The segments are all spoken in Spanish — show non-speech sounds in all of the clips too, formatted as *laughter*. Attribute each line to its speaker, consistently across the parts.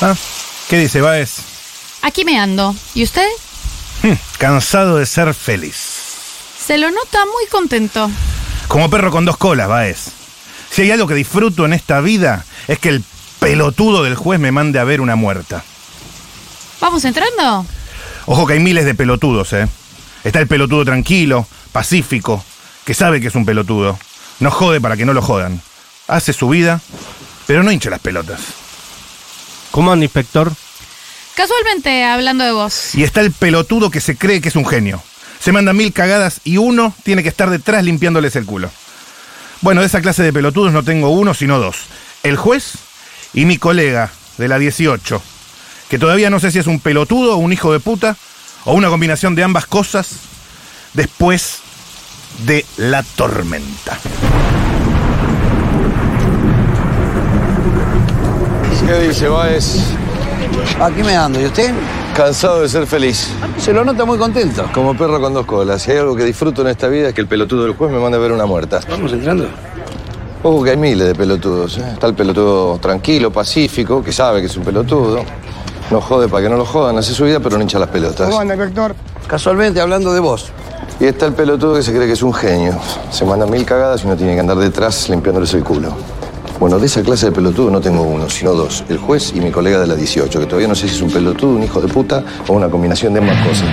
Speaker 1: ¿Ah? ¿Qué dice Baez?
Speaker 2: Aquí me ando. ¿Y usted?
Speaker 1: Hmm, cansado de ser feliz.
Speaker 2: Se lo nota muy contento.
Speaker 1: Como perro con dos colas, Baez. Si hay algo que disfruto en esta vida, es que el pelotudo del juez me mande a ver una muerta.
Speaker 2: ¿Vamos entrando?
Speaker 1: Ojo que hay miles de pelotudos, ¿eh? Está el pelotudo tranquilo, pacífico, que sabe que es un pelotudo. No jode para que no lo jodan. Hace su vida, pero no hincha las pelotas.
Speaker 3: ¿Cómo anda, inspector?
Speaker 2: Casualmente hablando de vos.
Speaker 1: Y está el pelotudo que se cree que es un genio. Se manda mil cagadas y uno tiene que estar detrás limpiándoles el culo. Bueno, de esa clase de pelotudos no tengo uno, sino dos. El juez y mi colega de la 18, que todavía no sé si es un pelotudo o un hijo de puta, o una combinación de ambas cosas, después de la tormenta.
Speaker 4: ¿Qué dice Baez?
Speaker 5: Aquí me ando. ¿Y usted?
Speaker 4: Cansado de ser feliz.
Speaker 5: Se lo nota muy contento.
Speaker 4: Como perro con dos colas. Si hay algo que disfruto en esta vida es que el pelotudo del juez me manda a ver una muerta.
Speaker 5: Vamos entrando.
Speaker 4: Ojo que hay miles de pelotudos. ¿eh? Está el pelotudo tranquilo, pacífico, que sabe que es un pelotudo. No jode para que no lo jodan, hace su vida, pero no hincha las pelotas.
Speaker 6: ¿Cómo anda, inspector?
Speaker 5: Casualmente hablando de vos.
Speaker 4: Y está el pelotudo que se cree que es un genio. Se manda mil cagadas y uno tiene que andar detrás limpiándoles el culo. Bueno, de esa clase de pelotudo no tengo uno, sino dos. El juez y mi colega de la 18, que todavía no sé si es un pelotudo, un hijo de puta o una combinación de ambas cosas.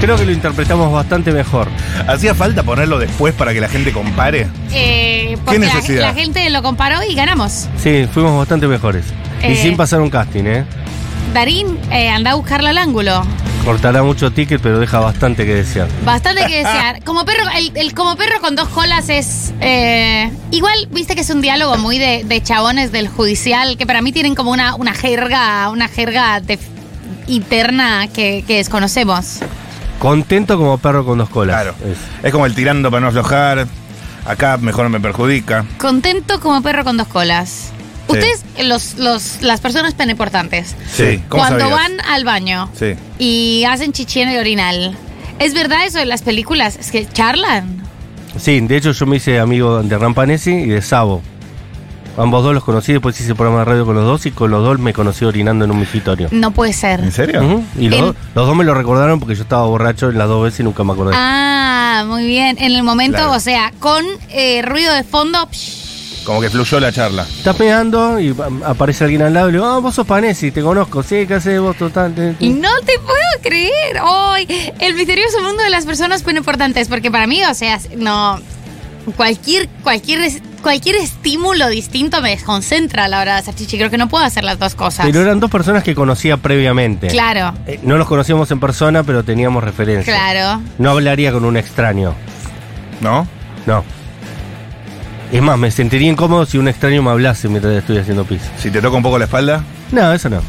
Speaker 3: Creo que lo interpretamos bastante mejor.
Speaker 1: ¿Hacía falta ponerlo después para que la gente compare?
Speaker 2: Eh, porque la,
Speaker 1: necesidad?
Speaker 2: la gente lo comparó y ganamos.
Speaker 3: Sí, fuimos bastante mejores.
Speaker 2: Eh.
Speaker 3: Y sin pasar un casting, ¿eh?
Speaker 2: Darín eh, anda a buscarlo al ángulo.
Speaker 3: Cortará mucho ticket, pero deja bastante que desear.
Speaker 2: Bastante que desear. Como perro, el, el como perro con dos colas es. eh, igual, viste que es un diálogo muy de, de chabones del judicial, que para mí tienen como una, una jerga, una jerga de- interna que, que desconocemos.
Speaker 3: Contento como perro con dos colas.
Speaker 1: Claro.
Speaker 3: Es.
Speaker 1: Es como el tirando para no aflojar. Acá mejor no me perjudica.
Speaker 2: Contento como perro con dos colas. Ustedes, los, los, las personas tan importantes,
Speaker 1: Sí. ¿Cómo
Speaker 2: cuando
Speaker 1: sabías?
Speaker 2: van al baño
Speaker 1: Sí.
Speaker 2: y hacen chichi en el orinal, ¿es verdad eso de las películas? Es que charlan.
Speaker 3: Sí, de hecho yo me hice amigo de Rampanesi y de Sabo. Ambos dos los conocí, después hice programa de radio con los dos y con los dos me conocí orinando en un migitorio.
Speaker 2: No puede ser.
Speaker 1: ¿En serio?
Speaker 3: Ujú. Y los,
Speaker 2: En-
Speaker 3: dos- los dos me lo recordaron porque yo estaba borracho en las dos veces y nunca me acordé.
Speaker 2: Ah, muy bien. En el momento,
Speaker 1: Claro.
Speaker 2: o sea, con eh, ruido de fondo. psh,
Speaker 1: Como que fluyó la charla.
Speaker 3: Estás pegando y um, aparece alguien al lado y le digo, ah, vos sos Panesi, te conozco, sí, ¿qué haces vos total? Te- te-
Speaker 2: y no te puedo creer. Hoy, el misterioso mundo de las personas tan importantes. Porque para mí, o sea, no. Cualquier, cualquier, es- cualquier estímulo distinto me desconcentra a la hora de hacer chichi. Creo que no puedo hacer las dos cosas.
Speaker 3: Pero eran dos personas que conocía previamente.
Speaker 2: Claro,
Speaker 3: Eh, no los conocíamos en persona, pero teníamos referencia.
Speaker 2: claro.
Speaker 3: No hablaría con un extraño,
Speaker 1: ¿No?
Speaker 3: no. Es más, me sentiría incómodo si un extraño me hablase mientras estoy haciendo pis.
Speaker 1: Si te toca un poco la espalda.
Speaker 3: No, eso no.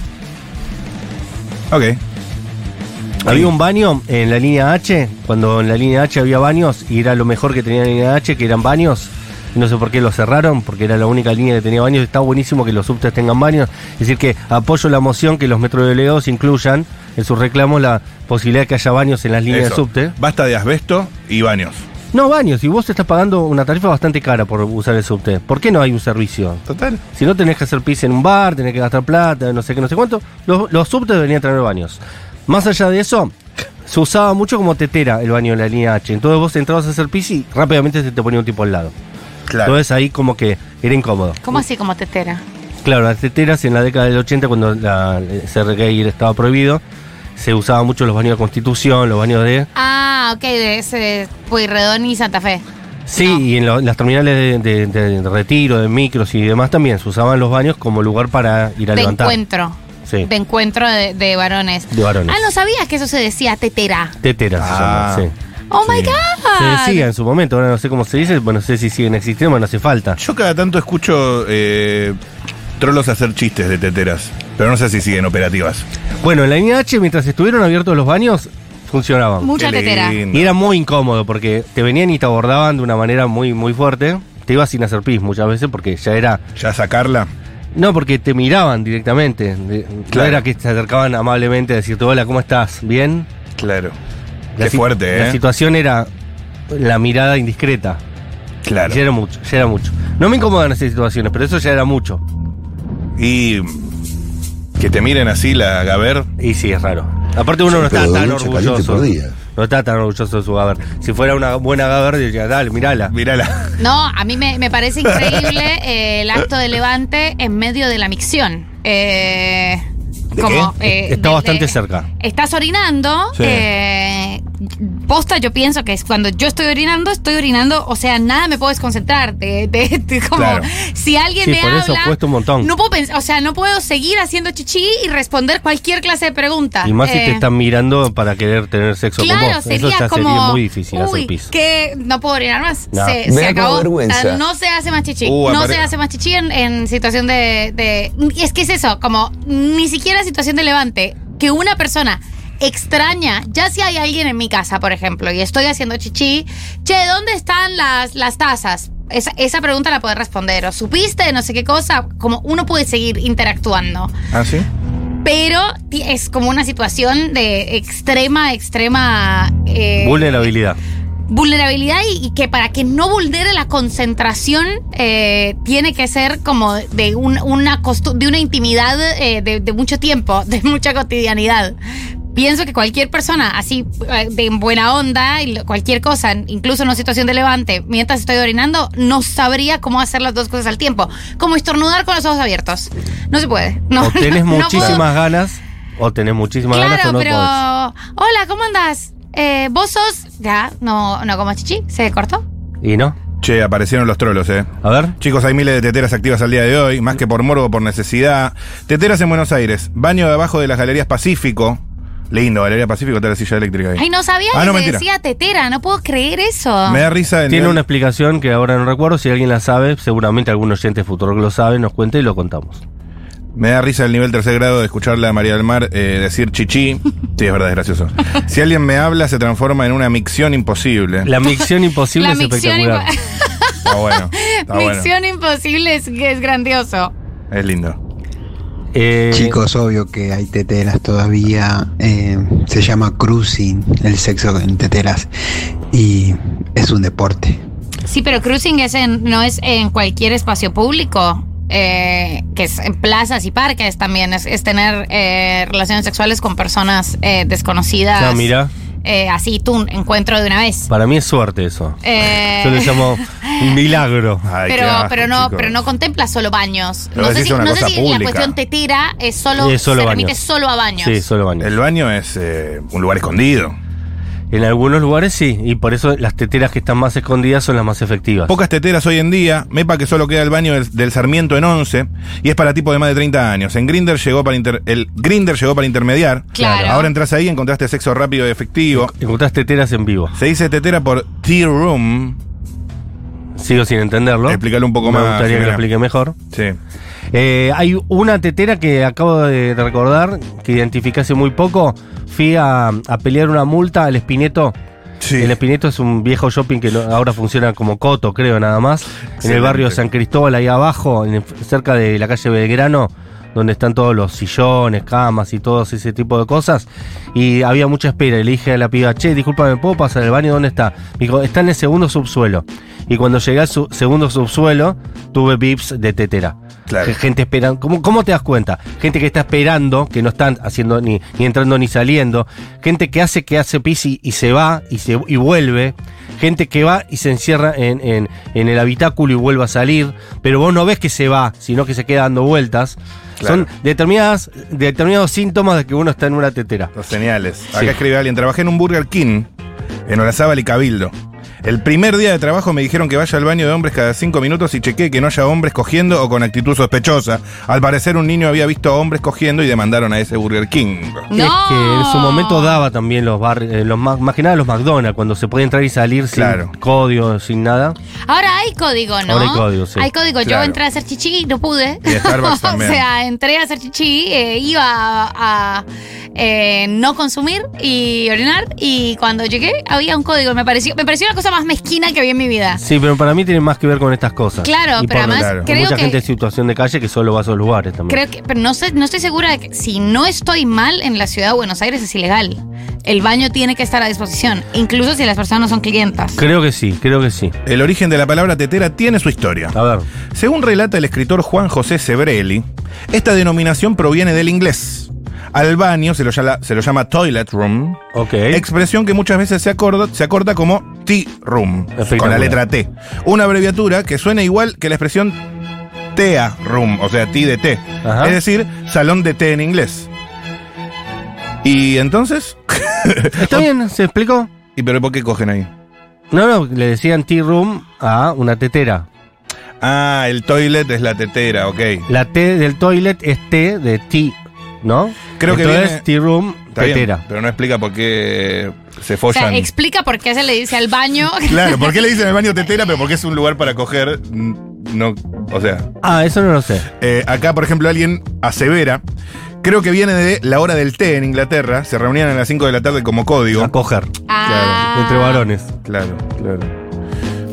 Speaker 1: Ok.
Speaker 3: Había un baño en la línea H, cuando en la línea H había baños y era lo mejor que tenía la línea H, que eran baños. Y No sé por qué lo cerraron, porque era la única línea que tenía baños. Está buenísimo que los subtes tengan baños. Es decir, que apoyo la moción que los metrodelegados incluyan en sus reclamos la posibilidad de que haya baños en las líneas
Speaker 1: Eso.
Speaker 3: de subte.
Speaker 1: Basta de asbesto y baños.
Speaker 3: No baños, y vos te estás pagando una tarifa bastante cara por usar el subte. ¿Por qué no hay un servicio?
Speaker 1: Total.
Speaker 3: Si no tenés que hacer pis en un bar, tenés que gastar plata, no sé qué, no sé cuánto, los, los subtes deberían traer baños. Más allá de eso, se usaba mucho como tetera el baño en la línea H. Entonces vos entrabas a hacer pis y rápidamente se te ponía un tipo al lado.
Speaker 1: Claro.
Speaker 3: Entonces ahí como que era incómodo.
Speaker 2: ¿Cómo así como tetera?
Speaker 3: Claro, las teteras en la década del 80, cuando la, ser gay estaba prohibido, se usaban mucho los baños de Constitución, los baños de...
Speaker 2: Ah, ok, de ese Pueyrredón y Santa Fe.
Speaker 3: Sí,
Speaker 2: No.
Speaker 3: y en lo- las terminales de, de- de retiro, de micros y demás también se usaban los baños como lugar para ir a
Speaker 2: de
Speaker 3: levantar.
Speaker 2: encuentro.
Speaker 3: Sí.
Speaker 2: De encuentro de, de varones.
Speaker 3: De varones.
Speaker 2: Ah, no sabías que eso se decía tetera.
Speaker 3: Teteras se
Speaker 1: Ah.
Speaker 3: llaman, sí.
Speaker 2: Oh my
Speaker 3: Sí. Se
Speaker 2: god.
Speaker 3: decía en su momento, ahora no sé cómo se dice, bueno, no sé si siguen existiendo, bueno, no hace falta.
Speaker 1: Yo cada tanto escucho eh, trolos hacer chistes de teteras. Pero no sé si siguen operativas.
Speaker 3: Bueno, en la línea H, mientras estuvieron abiertos los baños, funcionaban.
Speaker 2: Mucha
Speaker 1: Qué
Speaker 2: tetera.
Speaker 1: lindo.
Speaker 3: Y era muy incómodo porque te venían y te abordaban de una manera muy, muy fuerte. Te ibas sin hacer pis muchas veces porque ya era.
Speaker 1: Ya sacarla.
Speaker 3: No, porque te miraban directamente. De- No
Speaker 1: Claro.
Speaker 3: era que te acercaban amablemente a decirte, hola, ¿cómo estás? ¿Bien?
Speaker 1: Claro.
Speaker 3: La
Speaker 1: Qué
Speaker 3: si-
Speaker 1: fuerte,
Speaker 3: La
Speaker 1: ¿eh?
Speaker 3: situación era la mirada indiscreta.
Speaker 1: Claro.
Speaker 3: Ya era mucho, ya era mucho. No me incomodan esas situaciones, pero eso ya era mucho.
Speaker 1: Y que te miren así la Gaber.
Speaker 3: Y sí, es raro. Aparte uno
Speaker 4: Sí,
Speaker 3: no está
Speaker 4: pero
Speaker 3: tan
Speaker 4: de noche caliente
Speaker 3: orgulloso.
Speaker 4: por día.
Speaker 3: No está tan orgulloso de su Gaber. Si fuera una buena Gaber, diría, dale, mirala.
Speaker 1: Mirala.
Speaker 2: No, a mí me, me parece increíble eh, el acto de Levante en medio de la micción. Eh,
Speaker 1: ¿De qué?
Speaker 3: Está bastante cerca.
Speaker 2: Estás orinando.
Speaker 1: Sí.
Speaker 2: eh, posta, yo pienso que es cuando yo estoy orinando, estoy orinando, o sea, nada me puedo desconcentrar. De, de- de- como
Speaker 1: Claro.
Speaker 2: si alguien
Speaker 3: Sí,
Speaker 2: me
Speaker 3: por eso
Speaker 2: habla,
Speaker 3: cuesta un montón.
Speaker 2: No puedo pensar, o sea, no puedo seguir haciendo chichi y responder cualquier clase de pregunta.
Speaker 3: Y más si
Speaker 2: Eh,
Speaker 3: te están mirando para querer tener sexo con
Speaker 2: Claro,
Speaker 3: vos.
Speaker 2: sería
Speaker 3: eso ya
Speaker 2: como.
Speaker 3: sería muy difícil hacer
Speaker 2: uy,
Speaker 3: pis.
Speaker 2: que no puedo orinar más.
Speaker 3: No.
Speaker 5: Me
Speaker 2: Se, se
Speaker 5: da como
Speaker 2: acabó.
Speaker 5: vergüenza.
Speaker 2: O sea, No se hace más chichi.
Speaker 1: Uh,
Speaker 2: no
Speaker 1: apare-
Speaker 2: se hace más chichi en, en situación de, de- y Es que es eso, como ni siquiera situación de levante. Que una persona extraña, ya si hay alguien en mi casa, por ejemplo, y estoy haciendo chichi, che, ¿dónde están las, las tazas? Esa, esa pregunta la puedes responder. O supiste de no sé qué cosa, como uno puede seguir interactuando.
Speaker 1: ¿Ah, sí?
Speaker 2: Pero ti- es como una situación de extrema, extrema. eh,
Speaker 3: Vulnerabilidad.
Speaker 2: vulnerabilidad y, y que para que no vulnere la concentración eh, tiene que ser como de un- una costu- de una intimidad eh, de, de mucho tiempo, *laughs* de mucha cotidianidad. Pienso que cualquier persona así eh, de en buena onda y lo- cualquier cosa, incluso en una situación de levante, mientras estoy orinando, no sabría cómo hacer las dos cosas al tiempo. Como estornudar con los ojos abiertos. No se puede. No,
Speaker 3: o
Speaker 2: *laughs*
Speaker 3: tenés
Speaker 2: no puedo.
Speaker 3: muchísimas ganas, o tenés muchísimas ganas o
Speaker 2: Claro,
Speaker 3: no
Speaker 2: pero.
Speaker 3: podés.
Speaker 2: Hola, ¿cómo andas? Eh, ¿Vos sos.? Ya, no, no como chichi, se cortó.
Speaker 3: ¿Y no?
Speaker 1: Che, aparecieron los trolos, eh.
Speaker 3: A ver.
Speaker 1: Chicos, hay miles de teteras activas al día de hoy, más que por morbo, por necesidad. Teteras en Buenos Aires, baño de abajo de las galerías Pacífico. Lindo, Galería Pacífico, está la silla eléctrica ahí.
Speaker 2: Ay, no sabía
Speaker 1: Ah,
Speaker 2: que
Speaker 1: no,
Speaker 2: se
Speaker 1: mentira.
Speaker 2: decía tetera, no puedo creer eso.
Speaker 1: Me da risa el
Speaker 3: Tiene
Speaker 1: nivel-
Speaker 3: una explicación que ahora no recuerdo. Si alguien la sabe, seguramente algún oyente futuro que lo sabe nos cuente y lo contamos.
Speaker 1: Me da risa el nivel tercer grado de escucharla a María del Mar eh, decir chichi. Sí, es verdad, es
Speaker 2: *laughs*
Speaker 1: gracioso. Si alguien me habla, se transforma en una micción imposible.
Speaker 2: *laughs*
Speaker 3: La micción imposible
Speaker 2: La
Speaker 3: es
Speaker 2: micción,
Speaker 3: espectacular.
Speaker 2: impo-
Speaker 1: Está bueno. Está bueno.
Speaker 2: Micción imposible es, es grandioso.
Speaker 1: Es lindo.
Speaker 3: Eh,
Speaker 6: Chicos, obvio que hay teteras todavía. eh, se llama cruising, el sexo en teteras. Y es un deporte.
Speaker 2: Sí, pero cruising es en- no es en cualquier espacio público. eh, que es en plazas y parques también, es, es tener eh, relaciones sexuales con personas eh, desconocidas.
Speaker 3: Ah, mira.
Speaker 2: Eh, así, tú, un encuentro de una vez.
Speaker 3: Para mí es suerte eso.
Speaker 2: Eh,
Speaker 3: Yo le llamo un milagro.
Speaker 1: Ay,
Speaker 2: pero,
Speaker 1: qué asco,
Speaker 2: pero no,
Speaker 1: chicos.
Speaker 2: pero no contempla solo baños.
Speaker 1: Pero
Speaker 2: no sé
Speaker 1: decís
Speaker 2: si,
Speaker 1: una
Speaker 2: no sé
Speaker 1: cosa
Speaker 2: si la
Speaker 1: pública.
Speaker 2: cuestión tetera es solo,
Speaker 3: Es solo
Speaker 2: se
Speaker 3: baños.
Speaker 2: remite solo a baños.
Speaker 3: Sí, solo baño.
Speaker 1: El baño es eh, un lugar escondido.
Speaker 3: En algunos lugares sí, y por eso las teteras que están más escondidas son las más efectivas.
Speaker 1: Pocas teteras hoy en día. Mepa que solo queda el baño del, del Sarmiento en 11 y es para tipo de más de 30 años. En Grinder llegó para inter- el Grinder llegó para intermediar.
Speaker 2: Claro.
Speaker 1: Ahora entras ahí y encontraste sexo rápido y efectivo.
Speaker 3: Encontrás teteras en vivo.
Speaker 1: Se dice tetera por Tea Room.
Speaker 3: Sigo sin entenderlo.
Speaker 1: Explícalo un poco
Speaker 3: Me
Speaker 1: más,
Speaker 3: gustaría que lo
Speaker 1: Jimena.
Speaker 3: explique mejor.
Speaker 1: Sí.
Speaker 3: Eh, hay una tetera que acabo de de recordar, que identifiqué hace muy poco. Fui a, a pelear una multa al Espineto.
Speaker 1: Sí.
Speaker 3: El Espineto es un viejo shopping que no- ahora funciona como coto, creo, nada más. En
Speaker 1: Excelente.
Speaker 3: el barrio San Cristóbal, ahí abajo, en el- cerca de la calle Belgrano, donde están todos los sillones, camas y todo ese tipo de cosas. Y había mucha espera. Y le dije a la piba, che, discúlpame, ¿puedo pasar el baño? ¿Dónde está? Me dijo, está en el segundo subsuelo. Y cuando llegué al su- segundo subsuelo, tuve vips de tetera.
Speaker 1: Claro.
Speaker 3: Gente esperando. ¿Cómo, ¿Cómo te das cuenta? Gente que está esperando, que no están haciendo ni, ni entrando ni saliendo. Gente que hace que hace pis y, y se va y, se, y vuelve. Gente que va y se encierra en, en- en el habitáculo y vuelve a salir. Pero vos no ves que se va, sino que se queda dando vueltas.
Speaker 1: Claro.
Speaker 3: Son determinadas, determinados síntomas de que uno está en una tetera.
Speaker 1: Los señales. Acá
Speaker 3: Sí.
Speaker 1: escribe alguien, trabajé en un Burger King, en Olazábal y Cabildo. El primer día de trabajo me dijeron que vaya al baño de hombres cada cinco minutos y chequeé que no haya hombres cogiendo o con actitud sospechosa. Al parecer un niño había visto a hombres cogiendo y demandaron a ese Burger King.
Speaker 2: No.
Speaker 3: Es que en su momento daba también los barrios, los, ma- más que nada los McDonald's, cuando se puede entrar y salir
Speaker 1: Claro.
Speaker 3: sin código, sin nada.
Speaker 2: Ahora hay código, ¿no?
Speaker 3: Ahora hay código, sí.
Speaker 2: Hay código.
Speaker 1: Claro.
Speaker 2: Yo entré a hacer *laughs* chichi y no pude.
Speaker 1: Y Starbucks
Speaker 2: o
Speaker 1: también.
Speaker 2: sea, entré a hacer chichi, eh, iba a, a- eh, no consumir y orinar. Y cuando llegué había un código. Me pareció, me pareció la cosa más mezquina que vi en mi vida.
Speaker 3: Sí, pero para mí tiene más que ver con estas cosas.
Speaker 2: Claro,
Speaker 3: Y
Speaker 2: pero
Speaker 3: por-
Speaker 2: además
Speaker 1: claro.
Speaker 3: Hay
Speaker 2: creo
Speaker 3: mucha
Speaker 2: que.
Speaker 3: gente en situación de calle que solo va a esos lugares también.
Speaker 2: Creo que, pero no, sé, no estoy segura de que si no estoy mal en la ciudad de Buenos Aires es ilegal. El baño tiene que estar a disposición, incluso si las personas no son clientas.
Speaker 3: Creo que sí, creo que sí.
Speaker 1: El origen de la palabra tetera tiene su historia.
Speaker 3: A ver,
Speaker 1: Según relata el escritor Juan José Sebrelli, esta denominación proviene del inglés. Al baño se lo, llama, se lo llama toilet room,
Speaker 3: ok.
Speaker 1: expresión que muchas veces se acorda, se acorta como tea room, con la
Speaker 3: Espectacular.
Speaker 1: letra T. Una abreviatura que suena igual que la expresión tea room, o sea, ti de té.
Speaker 3: Ajá.
Speaker 1: Es decir, salón de té en inglés. Y entonces,
Speaker 3: ¿Está bien? ¿Se explicó?
Speaker 1: ¿y pero por qué cogen ahí?
Speaker 3: No, no, le decían tea room a una tetera.
Speaker 1: Ah, el toilet es la tetera, ok.
Speaker 3: La T del toilet es T de tea, ¿no?
Speaker 1: Creo que
Speaker 3: Entonces,
Speaker 1: viene-
Speaker 3: tea room,
Speaker 1: Está bien,
Speaker 3: tetera.
Speaker 1: pero no explica por qué se
Speaker 2: O
Speaker 1: follan.
Speaker 2: sea, explica por qué se le dice al baño.
Speaker 1: claro,
Speaker 2: *laughs*
Speaker 1: ¿por qué le dicen el baño tetera? Pero porque es un lugar para coger. mm, No, o sea,
Speaker 3: Ah, eso no lo sé.
Speaker 1: eh, acá, por ejemplo, alguien asevera. Creo que viene de la hora del té en Inglaterra. Se reunían a las 5 de la tarde como código.
Speaker 3: A coger,
Speaker 2: Ah.
Speaker 3: entre varones.
Speaker 1: Claro, claro.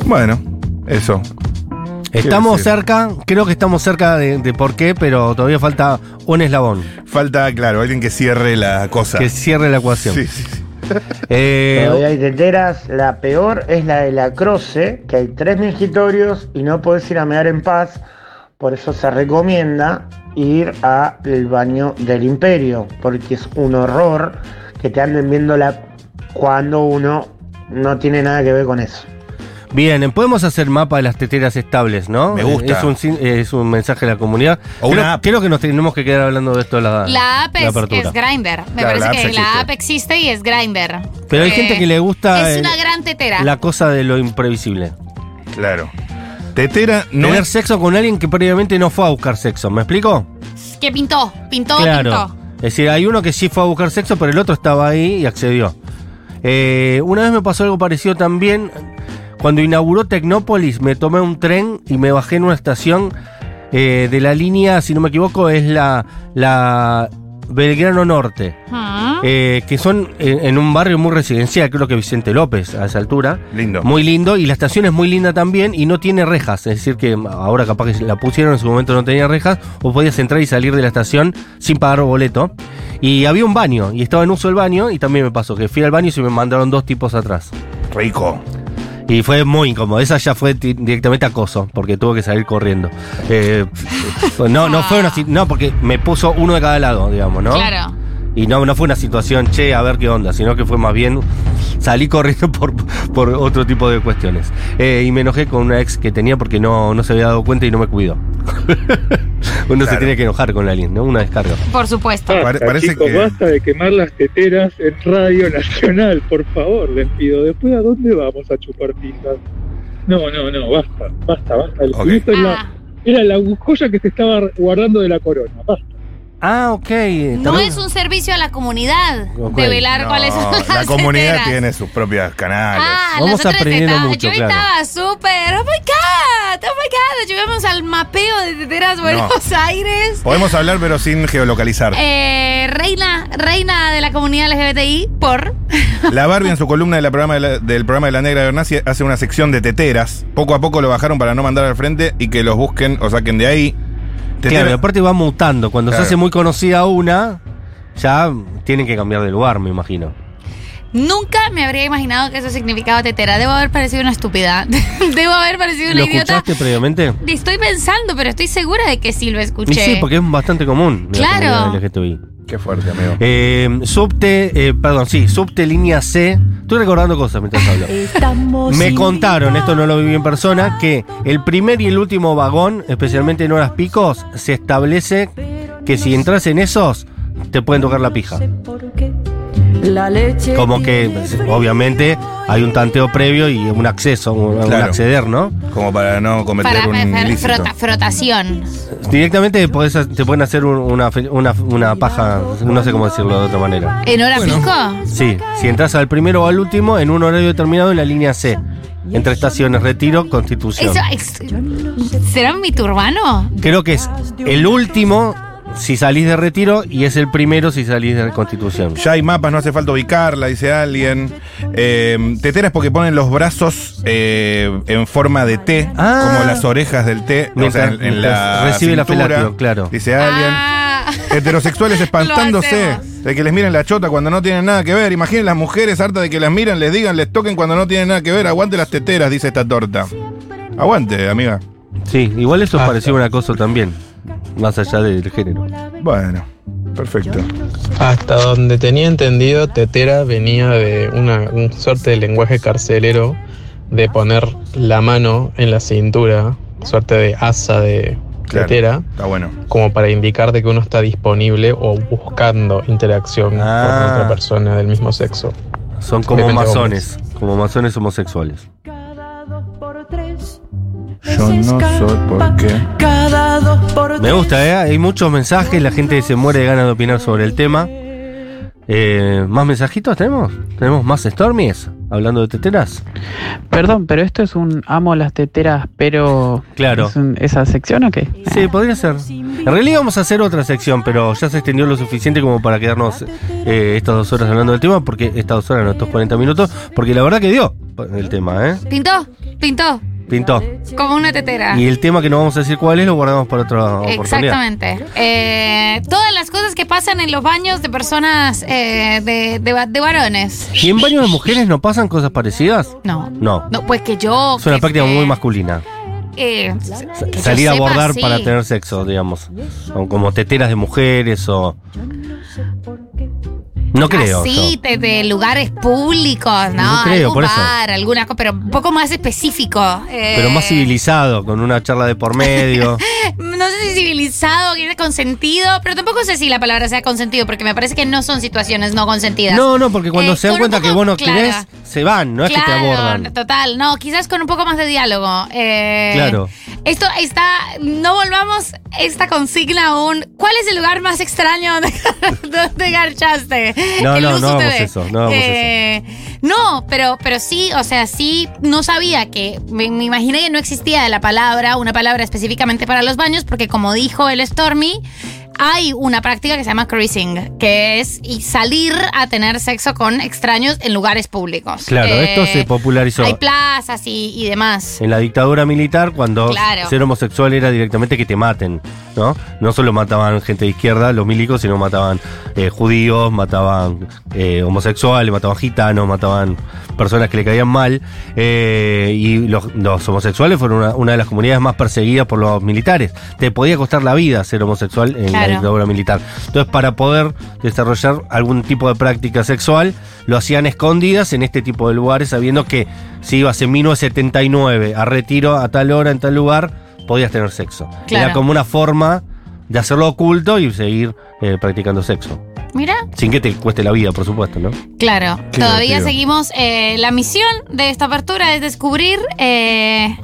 Speaker 1: Bueno, eso.
Speaker 3: Estamos
Speaker 1: decir?
Speaker 3: cerca, creo que estamos cerca de, de por qué, pero todavía falta un eslabón
Speaker 1: Falta, claro, alguien que cierre la cosa.
Speaker 3: que cierre la ecuación.
Speaker 1: Sí, sí, sí.
Speaker 3: Eh,
Speaker 7: Todavía hay teteras. La peor es la de la Croce, que hay tres mingitorios y no podés ir a mear en paz. Por eso se recomienda ir al baño del imperio, porque es un horror que te anden viendo la cuando uno no tiene nada que ver con eso.
Speaker 3: bien, podemos hacer mapa de las teteras estables, ¿no?
Speaker 1: Me gusta.
Speaker 3: Es un, sin- es un mensaje a la comunidad.
Speaker 1: O
Speaker 3: creo,
Speaker 1: una app.
Speaker 3: creo que nos tenemos que quedar hablando de esto. La,
Speaker 2: La app es,
Speaker 3: apertura.
Speaker 2: es Grinder. Me
Speaker 1: Claro, la app
Speaker 2: parece que
Speaker 1: existe.
Speaker 2: la app existe y es Grinder.
Speaker 3: Pero hay gente que le gusta,
Speaker 2: Es
Speaker 3: eh,
Speaker 2: una gran tetera.
Speaker 3: La cosa de lo imprevisible.
Speaker 1: Claro. Tetera no
Speaker 3: Tener
Speaker 1: es.
Speaker 3: sexo con alguien que previamente no fue a buscar sexo, ¿me explico?
Speaker 2: Que pintó, pintó, pintó.
Speaker 3: Es decir, hay uno que sí fue a buscar sexo, pero el otro estaba ahí y accedió. Eh, una vez me pasó algo parecido también. Cuando inauguró Tecnópolis, me tomé un tren y me bajé en una estación eh, de la línea, si no me equivoco, es la, la Belgrano Norte.
Speaker 2: Ah.
Speaker 3: eh, que son en, en un barrio muy residencial, creo que Vicente López a esa altura.
Speaker 1: Lindo.
Speaker 3: Muy lindo, y la estación es muy linda también y no tiene rejas, es decir que mm, ahora capaz que la pusieron, en su momento no tenía rejas, o podías entrar y salir de la estación sin pagar boleto. Y había un baño, y estaba en uso el baño, y también me pasó que fui al baño y se me mandaron dos tipos atrás.
Speaker 1: Rico.
Speaker 3: Y fue muy incómodo, esa ya fue ti- directamente acoso, porque tuve que salir corriendo. Eh, *laughs* no, no fue una si- no, porque me puso uno de cada lado, digamos, ¿no?
Speaker 2: Claro.
Speaker 3: Y no, no fue una situación, che, a ver qué onda, sino que fue más bien salí corriendo *laughs* por, por otro tipo de cuestiones. Eh, y me enojé con una ex que tenía porque no, no se había dado cuenta y no me cuidó. *laughs* Uno se
Speaker 1: Claro.
Speaker 3: tiene que enojar con alguien, ¿no? Una descarga.
Speaker 2: Por supuesto.
Speaker 8: Ah,
Speaker 1: Pare- parece
Speaker 9: chicos,
Speaker 1: que-
Speaker 9: basta de quemar las teteras en Radio Nacional, por favor, les pido. Después, ¿a dónde vamos a chupar pintas? No, no, no, basta, basta, basta. El
Speaker 1: Ok.
Speaker 9: culito es la-
Speaker 2: Ah,
Speaker 9: era la joya que se estaba guardando de la corona, basta.
Speaker 3: Ah, ok.
Speaker 2: no es un servicio a la comunidad
Speaker 3: Ok.
Speaker 2: de velar
Speaker 1: No,
Speaker 2: cuáles son *laughs* las
Speaker 1: la comunidad
Speaker 2: teteras.
Speaker 1: tiene sus propias canales.
Speaker 2: Ah,
Speaker 3: Vamos
Speaker 2: nosotros
Speaker 3: aprendiendo
Speaker 2: estaba-
Speaker 3: mucho,
Speaker 2: Yo
Speaker 3: claro.
Speaker 2: estaba súper. Oh my God, oh my God. Llegamos al mapeo de teteras Buenos Aires.
Speaker 1: Podemos hablar, pero sin geolocalizar.
Speaker 2: Eh, reina, reina de la comunidad LGBTI por.
Speaker 1: La Barbie en su columna de la programa de la- del programa de la Negra Bernasi hace una sección de teteras. Poco a poco lo bajaron para no mandar al frente y que los busquen o saquen de ahí. Tetera-
Speaker 3: Claro, aparte va mutando. Cuando
Speaker 1: Claro.
Speaker 3: se hace muy conocida una, ya tienen que cambiar de lugar, me imagino.
Speaker 2: Nunca me habría imaginado que eso significaba tetera. Debo haber parecido una estúpida. *laughs* Debo haber parecido una
Speaker 3: ¿Lo
Speaker 2: idiota.
Speaker 3: escuchaste previamente?
Speaker 2: Estoy pensando, pero estoy segura de que sí lo
Speaker 3: Y
Speaker 2: escuché.
Speaker 3: sí, porque es bastante común. la
Speaker 2: Claro.
Speaker 3: comunidad LGTBI.
Speaker 1: Qué fuerte, amigo.
Speaker 3: Eh, subte, eh, perdón, sí, subte línea C. Estoy recordando cosas mientras hablo. Me contaron, esto no lo viví en persona, que el primer y el último vagón, especialmente en horas picos, se establece que si entras en esos, te pueden tocar la pija. Como que, obviamente, hay un tanteo previo y un acceso, un, un
Speaker 1: Claro.
Speaker 3: acceder, ¿no?
Speaker 1: Como para no cometer
Speaker 2: Para
Speaker 1: un
Speaker 2: para-
Speaker 1: ilícito.
Speaker 2: frota- frotación.
Speaker 3: Directamente podés ha- te pueden hacer un- una, fe- una- una paja, no sé cómo decirlo de otra manera.
Speaker 2: ¿En hora pico?
Speaker 3: Sí, si entras al primero o al último, en un horario determinado en la línea C, entre estaciones Retiro, Constitución.
Speaker 2: Eso, ex- ¿Será mi turbano?
Speaker 3: Creo que es el último si salís de retiro y es el primero si salís de constitución.
Speaker 1: Ya hay mapas, no hace falta ubicarla, dice alguien. Eh, teteras porque ponen los brazos eh, en forma de T,
Speaker 3: Ah.
Speaker 1: como las orejas del T, o sea,
Speaker 3: Mientras-
Speaker 1: en, en la
Speaker 3: mientras recibe el
Speaker 1: cintura,
Speaker 3: apelatio, claro.
Speaker 1: Dice alguien.
Speaker 2: Ah. *laughs*
Speaker 1: Heterosexuales
Speaker 2: Lo
Speaker 1: espantándose
Speaker 2: hacemos.
Speaker 1: de que les miren la chota cuando no tienen nada que ver. Imaginen las mujeres hartas de que las miran, les digan, les toquen cuando no tienen nada que ver. Aguante las teteras, dice esta torta. Aguante, amiga.
Speaker 3: Sí, igual eso
Speaker 6: Ah.
Speaker 3: pareció un acoso también, más allá del género.
Speaker 1: Bueno, perfecto.
Speaker 10: Hasta donde tenía entendido, tetera venía de una, un suerte de lenguaje carcelero de poner la mano en la cintura, suerte de asa de
Speaker 1: Claro.
Speaker 10: tetera,
Speaker 1: Está bueno.
Speaker 10: como para indicar de que uno está disponible o buscando interacción
Speaker 3: Ah.
Speaker 10: con otra persona del mismo sexo.
Speaker 3: Son como
Speaker 10: Obviamente
Speaker 3: masones, como masones homosexuales.
Speaker 11: Cada dos por tres.
Speaker 1: Yo no soy por qué.
Speaker 11: Cada dos por tres.
Speaker 3: Me gusta, ¿eh? Hay muchos mensajes, la gente se muere de ganas de opinar sobre el tema. Eh, ¿Más mensajitos tenemos? ¿Tenemos más Stormies? Hablando de teteras.
Speaker 12: Perdón, pero esto es un amo las teteras, pero
Speaker 3: Claro.
Speaker 12: ¿es un- esa sección o qué?
Speaker 3: Sí, podría ser. En realidad íbamos a hacer otra sección, pero ya se extendió lo suficiente como para quedarnos eh, estas dos horas hablando del tema, porque estas dos horas, no estos 40 minutos, porque la verdad que dio el tema, ¿eh?
Speaker 2: Pintó, pintó,
Speaker 3: Pintó.
Speaker 2: como una tetera.
Speaker 3: Y el tema que no vamos a decir cuál es, lo guardamos para otra oportunidad.
Speaker 2: Ah. Exactamente. Eh, todas las cosas que pasan en los baños de personas eh, de, de va- de varones.
Speaker 3: ¿Y en baños de mujeres no pasan cosas parecidas?
Speaker 2: No.
Speaker 3: No.
Speaker 2: No, pues que yo.
Speaker 3: Es una
Speaker 2: que-
Speaker 3: práctica
Speaker 2: que-
Speaker 3: muy masculina.
Speaker 2: eh, que yo
Speaker 3: Salir a
Speaker 2: sepa,
Speaker 3: abordar
Speaker 2: sí.
Speaker 3: para tener sexo, digamos. O como teteras de mujeres o. No creo.
Speaker 2: Así,
Speaker 3: yo.
Speaker 2: de, de lugares públicos, ¿no?
Speaker 3: No creo,
Speaker 2: Algún
Speaker 3: por eso.
Speaker 2: bar, alguna cosa, pero un poco más específico. eh,
Speaker 3: Pero más civilizado, con una charla de
Speaker 2: *laughs*
Speaker 3: por medio.
Speaker 2: No sé si civilizado, que es consentido, pero tampoco sé si la palabra sea consentido, porque me parece que no son situaciones no consentidas.
Speaker 3: No, no, porque cuando
Speaker 2: Eh,
Speaker 3: se
Speaker 2: con
Speaker 3: dan
Speaker 2: un
Speaker 3: cuenta que
Speaker 2: poco-
Speaker 3: vos no
Speaker 2: claro.
Speaker 3: querés, se van, no es que te
Speaker 2: Claro,
Speaker 3: abordan.
Speaker 2: Total, no, quizás con un poco más de diálogo. Eh,
Speaker 3: Claro.
Speaker 2: Esto está, no volvamos esta consigna aún. ¿Cuál es el lugar más extraño donde, *laughs* donde garchaste?
Speaker 3: No,
Speaker 2: El
Speaker 3: no,
Speaker 2: Luzu
Speaker 3: no hagamos
Speaker 2: TV.
Speaker 3: eso, no hagamos
Speaker 2: Eh, No, pero, pero sí, o sea, sí, no sabía que, me, me imaginé que no existía la palabra, una palabra específicamente para los baños, porque como dijo el Stormy, hay una práctica que se llama cruising, que es y salir a tener sexo con extraños en lugares públicos.
Speaker 3: Claro,
Speaker 2: Eh,
Speaker 3: esto se popularizó.
Speaker 2: Hay plazas y, y demás.
Speaker 3: En la dictadura militar, cuando
Speaker 2: Claro.
Speaker 3: ser homosexual era directamente que te maten, ¿no? No solo mataban gente de izquierda, los milicos, sino mataban eh, judíos, mataban eh, homosexuales, mataban gitanos, mataban personas que le caían mal. eh, y los, los homosexuales fueron una, una de las comunidades más perseguidas por los militares. Te podía costar la vida ser homosexual en
Speaker 2: Claro.
Speaker 3: la dictadura militar. Entonces, para poder desarrollar algún tipo de práctica sexual, lo hacían escondidas en este tipo de lugares, sabiendo que si ibas en 1979 a retiro a tal hora, en tal lugar, podías tener sexo.
Speaker 2: Claro.
Speaker 3: Era como una forma de hacerlo oculto y seguir eh, practicando sexo.
Speaker 2: Mira,
Speaker 3: Sin que te cueste la vida, por supuesto, ¿no?
Speaker 2: Claro,
Speaker 3: Qué
Speaker 2: todavía
Speaker 3: divertido.
Speaker 2: seguimos. eh, la misión de esta apertura es descubrir eh,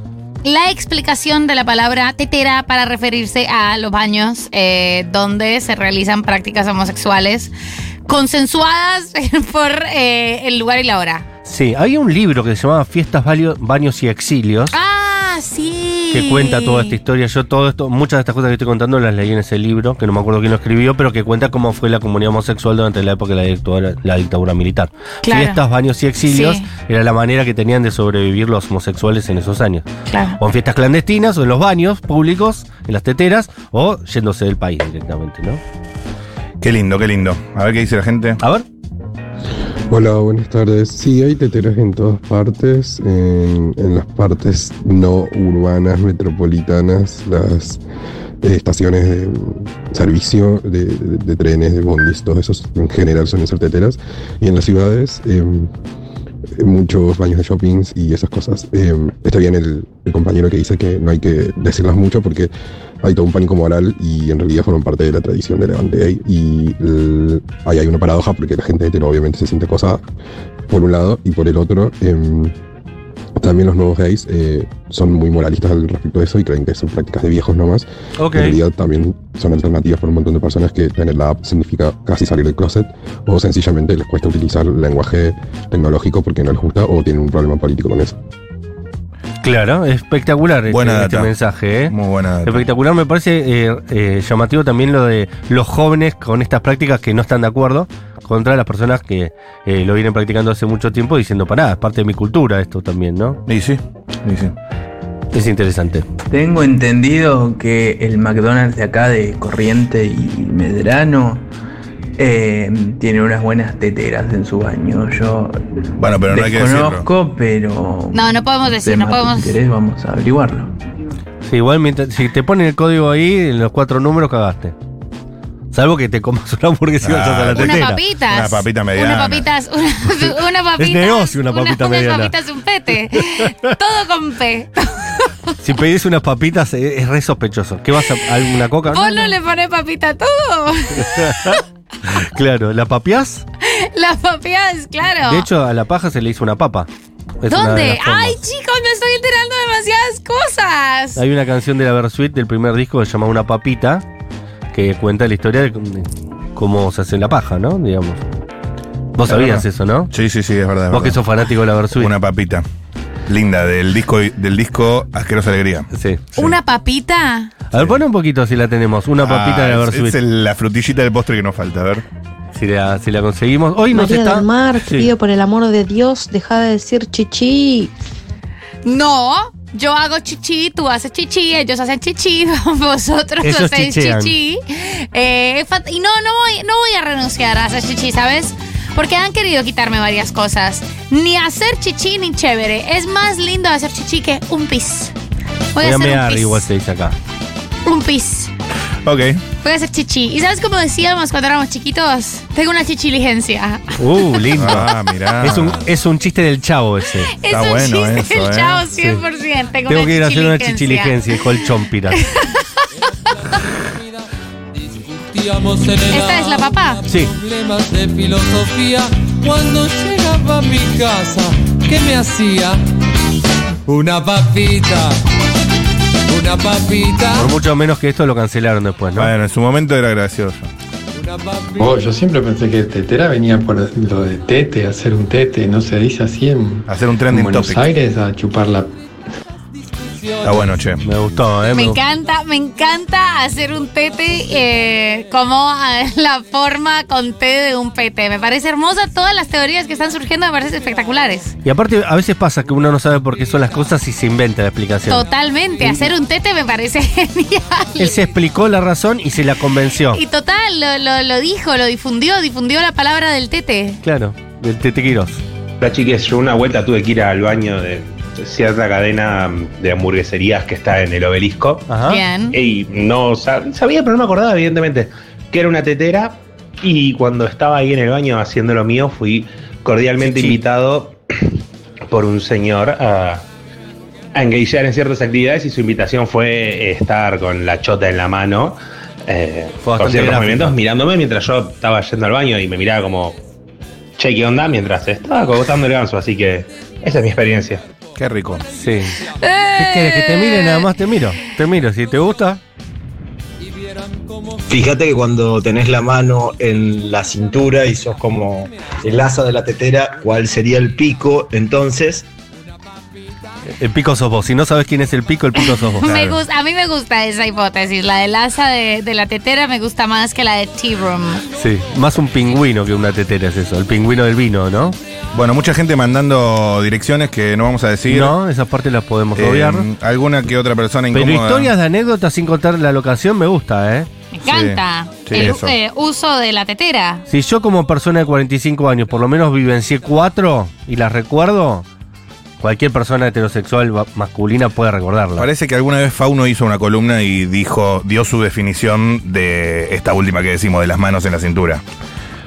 Speaker 2: la explicación de la palabra tetera para referirse a los baños eh, donde se realizan prácticas homosexuales consensuadas *laughs* por eh, el lugar y la hora.
Speaker 3: Sí, había un libro que se llamaba Fiestas, Valio- Baños y Exilios.
Speaker 2: Ah, sí.
Speaker 3: que cuenta toda esta historia. Yo todo esto, muchas de estas cosas que estoy contando las leí en ese libro, que no me acuerdo quién lo escribió, pero que cuenta cómo fue la comunidad homosexual durante la época de la dictadura, la dictadura militar.
Speaker 2: Claro.
Speaker 3: Fiestas, baños y exilios
Speaker 2: Sí.
Speaker 3: era la manera que tenían de sobrevivir los homosexuales en esos años.
Speaker 2: Claro.
Speaker 3: O en fiestas clandestinas, o en los baños públicos, en las teteras, o yéndose del país directamente, ¿no?
Speaker 1: Qué lindo, qué lindo. A ver qué dice la gente.
Speaker 3: A ver,
Speaker 13: Hola, buenas tardes. Sí, hay teteras en todas partes, en, en las partes no urbanas, metropolitanas, las eh, estaciones de mm, servicio de, de- de trenes, de bondis, todos esos en general suelen ser teteras. Y en las ciudades, em, eh, muchos baños de shoppings y esas cosas. Em, está bien el, el compañero que dice que no hay que decirlas mucho porque hay todo un pánico moral y en realidad forman parte de la tradición de la banda gay. Y el- ahí hay una paradoja porque la gente hetero obviamente se siente acosada, por un lado, y por el otro, em, también los nuevos gays eh, son muy moralistas al respecto de eso y creen que son prácticas de viejos nomás.
Speaker 3: ok.
Speaker 13: En realidad también son alternativas para un montón de personas que tener la app significa casi salir del closet o sencillamente les cuesta utilizar lenguaje tecnológico porque no les gusta o tienen un problema político con eso.
Speaker 3: Claro, espectacular este-
Speaker 1: Buena
Speaker 3: este,
Speaker 1: data.
Speaker 3: mensaje. ¿eh?
Speaker 1: Muy buena data.
Speaker 3: Espectacular, me parece eh, eh, llamativo también lo de los jóvenes con estas prácticas que no están de acuerdo contra las personas que eh, lo vienen practicando hace mucho tiempo diciendo, para nada, es parte de mi cultura esto también, ¿no?
Speaker 1: Y sí, y sí.
Speaker 3: Es interesante.
Speaker 14: Tengo entendido que el McDonald's de acá de Corriente y Medrano eh, tiene unas buenas teteras en su baño. Yo
Speaker 1: bueno, pero no hay que
Speaker 14: desconozco, pero
Speaker 2: No, no podemos decir, no
Speaker 14: tema de
Speaker 2: podemos.
Speaker 14: interés vamos a averiguarlo.
Speaker 3: Sí, igual mientras- si te ponen el código ahí, en los cuatro números cagaste. Salvo que te comas una hamburguesa y vayas a la
Speaker 2: Unas
Speaker 3: tetera.
Speaker 2: papitas. Unas papitas, una, una papita.
Speaker 3: *laughs* Es negocio una papita
Speaker 2: unas
Speaker 3: mediana.
Speaker 2: papitas y un
Speaker 3: *laughs*
Speaker 2: pete. Todo con P.
Speaker 3: Si pedís unas papitas, eh, es re sospechoso. ¿Qué vas a alguna coca?
Speaker 2: ¿Vos no le ponés papita a todo?
Speaker 3: *laughs*
Speaker 2: *laughs*
Speaker 3: claro, ¿la papiás?
Speaker 2: Las papitas, claro.
Speaker 3: De hecho, a la paja se le hizo una papa. Es una de
Speaker 2: ¿Dónde?
Speaker 3: las formas.
Speaker 2: Ay, chicos, me estoy enterando de demasiadas cosas.
Speaker 3: Hay una canción de la Versuit del primer disco que se llama Una papita, que cuenta la historia de c- de cómo se hace la paja, ¿no? Digamos. Vos
Speaker 1: Es
Speaker 3: sabías
Speaker 1: verdad.
Speaker 3: eso, ¿no?
Speaker 1: Sí, sí, sí, es verdad.
Speaker 3: Vos que sos fanático de la Versuit.
Speaker 1: Una papita. Linda, del disco, del disco Asquerosa Alegría.
Speaker 3: Sí.
Speaker 2: ¿Una papita?
Speaker 3: A ver, pon un poquito si la tenemos. Una papita
Speaker 1: Ah,
Speaker 3: de la
Speaker 1: es-
Speaker 3: Versuit.
Speaker 1: es la frutillita del postre que nos falta, a ver.
Speaker 3: Si la, si la conseguimos. Hoy nos
Speaker 15: María
Speaker 3: está.
Speaker 15: del Mar,
Speaker 3: Sí.
Speaker 15: pido por el amor de Dios, deja de decir chichi.
Speaker 2: No, yo hago chichi, tú haces chichi, ellos hacen chichi, *laughs* vosotros
Speaker 15: Ellos
Speaker 2: hacéis
Speaker 15: chichean.
Speaker 2: chichi. Eh, fat- y no, no voy, no voy a renunciar a hacer chichi, ¿sabes? Porque han querido quitarme varias cosas. Ni hacer chichi ni chévere. Es más lindo hacer chichi que un pis. Voy, a hacer
Speaker 3: mear,
Speaker 2: un pis.
Speaker 3: igual se dice acá.
Speaker 2: Un pis.
Speaker 1: Ok.
Speaker 2: Voy a hacer chichi. ¿Y sabes cómo decíamos cuando éramos chiquitos? Tengo una chichiligencia.
Speaker 3: Uh, lindo.
Speaker 1: Ah, mirá.
Speaker 3: Es un, es un chiste del
Speaker 2: *laughs*
Speaker 3: chavo ese.
Speaker 2: Es un chiste *laughs* del chavo 100%. Tengo,
Speaker 3: ¿eh? Tengo que ir a hacer una
Speaker 2: chichiligencia.
Speaker 3: chichiligencia, dijo el chompira.
Speaker 2: *laughs* Esta es la papá.
Speaker 3: Sí.
Speaker 16: Problemas de filosofía cuando llegaba a mi casa. ¿Qué me hacía? Una papita. Una papita.
Speaker 3: Por mucho menos que esto lo cancelaron después, ¿no?
Speaker 1: Bueno, en su momento era gracioso.
Speaker 17: Oh, yo siempre pensé que tetera venía por lo de tete, hacer un tete, no se dice así en,
Speaker 1: hacer un trending
Speaker 17: Buenos
Speaker 1: topic.
Speaker 17: Aires a chupar la.
Speaker 1: Está bueno, che.
Speaker 3: Me gustó, eh.
Speaker 2: Me encanta, me encanta hacer un tete eh, *laughs* como ah, la forma con T de un pete. Me parece hermosa todas las teorías que están surgiendo, me parecen espectaculares.
Speaker 3: Y aparte, a veces pasa que uno no sabe por qué son las cosas y se inventa la explicación.
Speaker 2: Totalmente, hacer un tete me parece *laughs*
Speaker 3: Él
Speaker 2: genial.
Speaker 3: se explicó la razón y se la convenció.
Speaker 2: Y total, lo, lo- lo dijo, lo difundió, difundió la palabra del tete.
Speaker 3: Claro, del Tete Quirós.
Speaker 18: La chiques, yo una vuelta tuve que ir al baño de cierta cadena de hamburgueserías que está en el obelisco.
Speaker 3: ¿Ah?
Speaker 2: Bien.
Speaker 18: Y no sa- sabía, pero no me acordaba, evidentemente, que era una tetera. Y cuando estaba ahí en el baño haciendo lo mío, fui cordialmente invitado por un señor a, a engagear en ciertas actividades y su invitación fue estar con la chota en la mano. eh, con
Speaker 3: Fue bastante
Speaker 18: ciertos
Speaker 3: gráfico.
Speaker 18: movimientos, mirándome mientras yo estaba yendo al baño y me miraba como, che, ¿qué onda? Mientras estaba cogotando el ganso, así que esa es mi experiencia.
Speaker 1: Qué rico.
Speaker 3: Sí. ¿Qué quieres? Que te mire,
Speaker 2: Eh.
Speaker 3: nada más te miro. Te miro, si te gusta.
Speaker 19: Fíjate que cuando tenés la mano en la cintura y sos como el asa de la tetera, ¿cuál sería el pico? Entonces,
Speaker 3: El pico sos vos. Si no sabes quién es el pico, el pico sos
Speaker 2: *laughs*
Speaker 3: vos.
Speaker 2: Me gusta, a mí me gusta esa hipótesis. La del asa de, de la tetera me gusta más que la de Tea Room.
Speaker 3: Sí, más un pingüino que una tetera es eso. El pingüino del vino, ¿no?
Speaker 1: Bueno, mucha gente mandando direcciones que no vamos a decir.
Speaker 3: No, esas partes las podemos
Speaker 1: Eh,
Speaker 3: obviar.
Speaker 1: alguna que otra persona
Speaker 3: Pero
Speaker 1: incómoda.
Speaker 3: historias de anécdotas sin contar la locación me gusta, ¿eh?
Speaker 2: Me encanta
Speaker 3: sí,
Speaker 2: el
Speaker 3: eso.
Speaker 2: eh, uso de la tetera.
Speaker 3: Si yo como persona de 45 años por lo menos vivencié cuatro y las recuerdo, cualquier persona heterosexual va- masculina puede recordarla.
Speaker 1: Parece que alguna vez Fauno hizo una columna y dijo, dio su definición de esta última que decimos, de las manos en la cintura.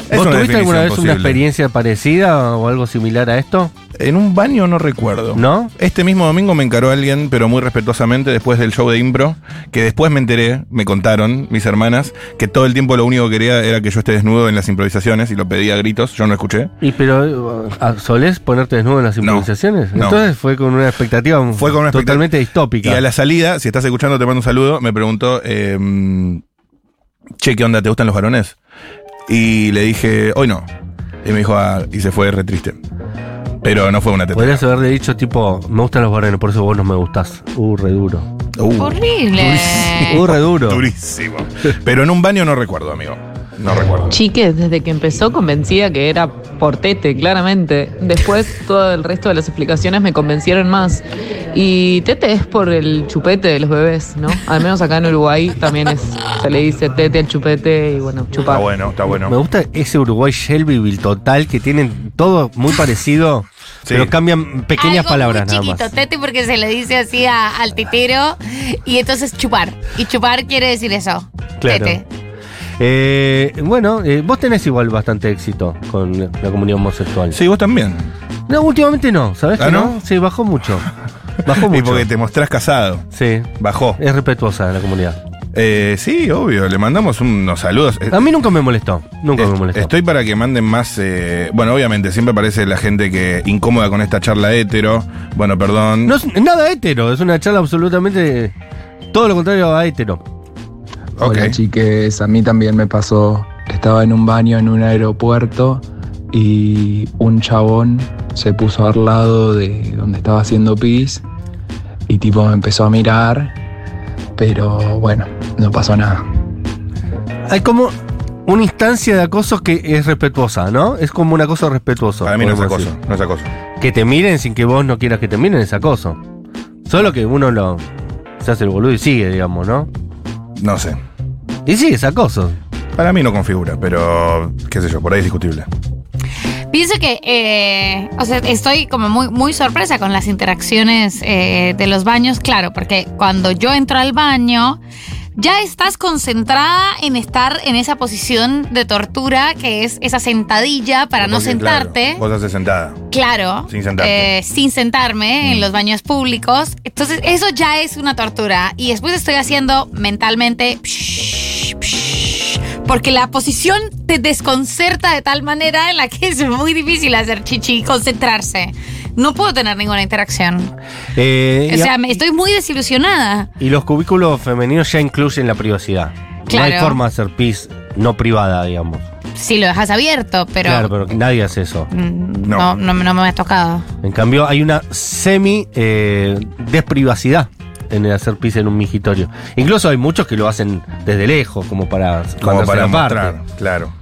Speaker 1: Es
Speaker 3: ¿Vos
Speaker 1: una
Speaker 3: tuviste alguna
Speaker 1: definición
Speaker 3: vez una
Speaker 1: posible.
Speaker 3: experiencia parecida o algo similar a esto?
Speaker 1: En un baño no recuerdo.
Speaker 3: ¿No?
Speaker 1: Este mismo domingo me encaró alguien, pero muy respetuosamente, después del show de impro, que después me enteré, me contaron mis hermanas, que todo el tiempo lo único que quería era que yo esté desnudo en las improvisaciones y lo pedía a gritos, yo no escuché.
Speaker 3: ¿Y pero eh, ah, solés ponerte desnudo en las improvisaciones?
Speaker 1: no.
Speaker 3: Entonces fue con una expectativa
Speaker 1: Fue con una expectat-
Speaker 3: totalmente
Speaker 1: Y
Speaker 3: distópica.
Speaker 1: a la salida, si estás escuchando, te mando un saludo, me preguntó, em, che, ¿qué onda? ¿Te gustan los varones? Y le dije, hoy no. Y me dijo, ah, y se fue re triste. Pero no fue una tetera.
Speaker 3: Podrías haberle dicho, tipo, me gustan los varones, por eso vos no me gustás. Uh, re duro.
Speaker 2: Horrible. Eh.
Speaker 3: Uh, re duro.
Speaker 1: Durísimo. *laughs* Pero en un baño no recuerdo, amigo. No recuerdo.
Speaker 20: Chiques, desde que empezó convencida que era portete, claramente. Después todo el resto de las explicaciones me convencieron más. Y tete es por el chupete de los bebés, ¿no? Al menos acá en Uruguay también es, se le dice tete al chupete y bueno, chupar.
Speaker 1: bueno, está bueno.
Speaker 3: Me gusta ese Uruguay Shelbyville total que tienen todo
Speaker 1: *laughs*
Speaker 3: muy parecido, pero cambian pequeñas
Speaker 2: Algo
Speaker 3: palabras
Speaker 2: muy
Speaker 3: nada
Speaker 2: chiquito,
Speaker 3: más.
Speaker 2: tete porque se le dice así a- al tetero y entonces chupar. Y chupar quiere decir eso.
Speaker 3: Claro.
Speaker 2: Tete.
Speaker 3: Eh, bueno, eh, vos tenés igual bastante éxito con la comunidad homosexual.
Speaker 1: Sí, vos también.
Speaker 3: No, últimamente no, ¿sabés
Speaker 1: ¿Ah,
Speaker 3: que
Speaker 1: no?
Speaker 3: no? Sí, bajó mucho.
Speaker 1: *laughs*
Speaker 3: Bajó
Speaker 1: Y
Speaker 3: mucho.
Speaker 1: porque te mostrás casado.
Speaker 3: Sí.
Speaker 1: Bajó.
Speaker 3: Es respetuosa la comunidad.
Speaker 1: Eh, sí, obvio. Le mandamos unos saludos. Eh,
Speaker 3: A mí nunca me molestó. Nunca me molestó.
Speaker 1: Estoy para que manden más. eh, bueno, obviamente, siempre aparece la gente que incómoda con esta charla hetero. Bueno, perdón.
Speaker 3: No es nada hetero, es una charla absolutamente. Todo lo contrario a hetero.
Speaker 8: Hola chiques, a mí también me pasó. Estaba en un baño en un aeropuerto y un chabón se puso al lado de donde estaba haciendo pis y tipo me empezó a mirar, pero bueno, no pasó nada.
Speaker 3: Hay como una instancia de acoso que es respetuosa, ¿no? Es como un acoso respetuoso.
Speaker 1: Para mí no es
Speaker 3: podemos
Speaker 1: acoso,
Speaker 3: decir.
Speaker 1: no es acoso.
Speaker 3: Que te miren sin que vos no quieras que te miren es acoso. Solo que uno lo. Se hace el boludo y sigue, digamos, ¿no?
Speaker 1: No sé.
Speaker 3: Y sí, es acoso.
Speaker 1: Para mí no configura, pero qué sé yo, por ahí es discutible.
Speaker 2: Pienso que, eh, o sea, estoy como muy, muy sorpresa con las interacciones eh, de los baños, claro, porque cuando yo entro al baño, ya estás concentrada en estar en esa posición de tortura, que es esa sentadilla para no
Speaker 1: Porque,
Speaker 2: sentarte.
Speaker 1: Claro, vos haces sentada.
Speaker 2: Claro.
Speaker 1: Sin sentarte.
Speaker 2: eh, sin sentarme en los baños públicos. Entonces, eso ya es una tortura. Y después estoy haciendo mentalmente. psh, psh, porque la posición te desconcerta de tal manera en la que es muy difícil hacer chichi y concentrarse. No puedo tener ninguna interacción.
Speaker 3: Eh,
Speaker 2: O
Speaker 3: y,
Speaker 2: sea, me estoy muy desilusionada.
Speaker 3: y los cubículos femeninos ya incluyen la privacidad. No hay
Speaker 2: Claro.
Speaker 3: forma de hacer pis no privada, digamos.
Speaker 2: Si lo dejas abierto, pero
Speaker 3: claro, pero nadie hace eso.
Speaker 2: mm, no. No, no me ha tocado.
Speaker 3: En cambio, hay una semi eh, desprivacidad en el hacer pis en un migitorio. Incluso hay muchos que lo hacen desde lejos, como para
Speaker 1: Como
Speaker 3: mandarse
Speaker 1: para
Speaker 3: aparte.
Speaker 1: mostrar. Claro.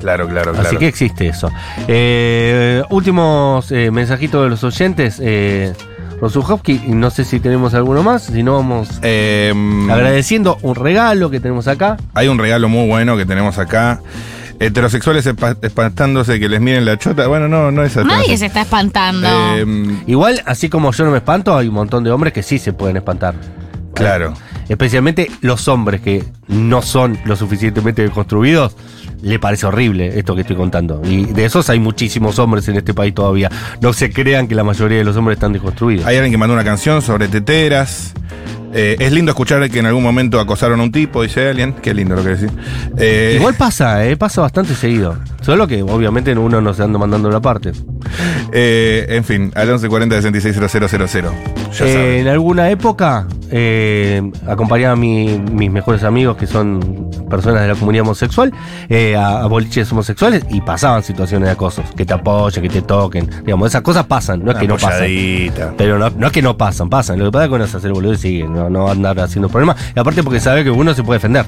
Speaker 1: Claro, claro, claro.
Speaker 3: Así que existe eso. Eh, últimos eh, mensajitos de los oyentes. Eh, Rosuchowski, no sé si tenemos alguno más, si no vamos
Speaker 1: Mm.
Speaker 3: agradeciendo un regalo que tenemos acá.
Speaker 1: Em, Hay un regalo muy bueno que tenemos acá. Heterosexuales espa- espantándose que les miren la chota. Bueno, no, no es
Speaker 2: Nadie
Speaker 1: atrás.
Speaker 2: se está espantando.
Speaker 1: Eh,
Speaker 3: Igual, así como yo no me espanto, hay un montón de hombres que sí se pueden espantar.
Speaker 1: Claro.
Speaker 3: Especialmente los hombres que no son lo suficientemente construidos, le parece horrible esto que estoy contando. Y de esos hay muchísimos hombres en este país todavía. No se crean que la mayoría de los hombres están desconstruidos.
Speaker 1: Hay alguien que mandó una canción sobre teteras. Eh, es lindo escuchar que en algún momento acosaron a un tipo, dice alguien. Qué lindo lo que decís. Eh,
Speaker 3: Igual pasa, eh, pasa bastante seguido. Solo que obviamente uno no se anda mandando la parte.
Speaker 1: eh, en fin, al 1140 660000. Ya
Speaker 3: Eh,
Speaker 1: saben.
Speaker 3: en alguna época eh, acompañaba a mi- mis mejores amigos que son personas de la comunidad homosexual eh, a, a boliches homosexuales y pasaban situaciones de acoso, que te apoyen, que te toquen, digamos, esas cosas pasan, no es
Speaker 1: Una
Speaker 3: que no
Speaker 1: apoyadita.
Speaker 3: pasan. Pero no, no es que no pasan, pasan. Lo que pasa es que uno se hace el boludo y sigue, no, no va a andar haciendo problemas. Y aparte porque sabe que uno se puede defender.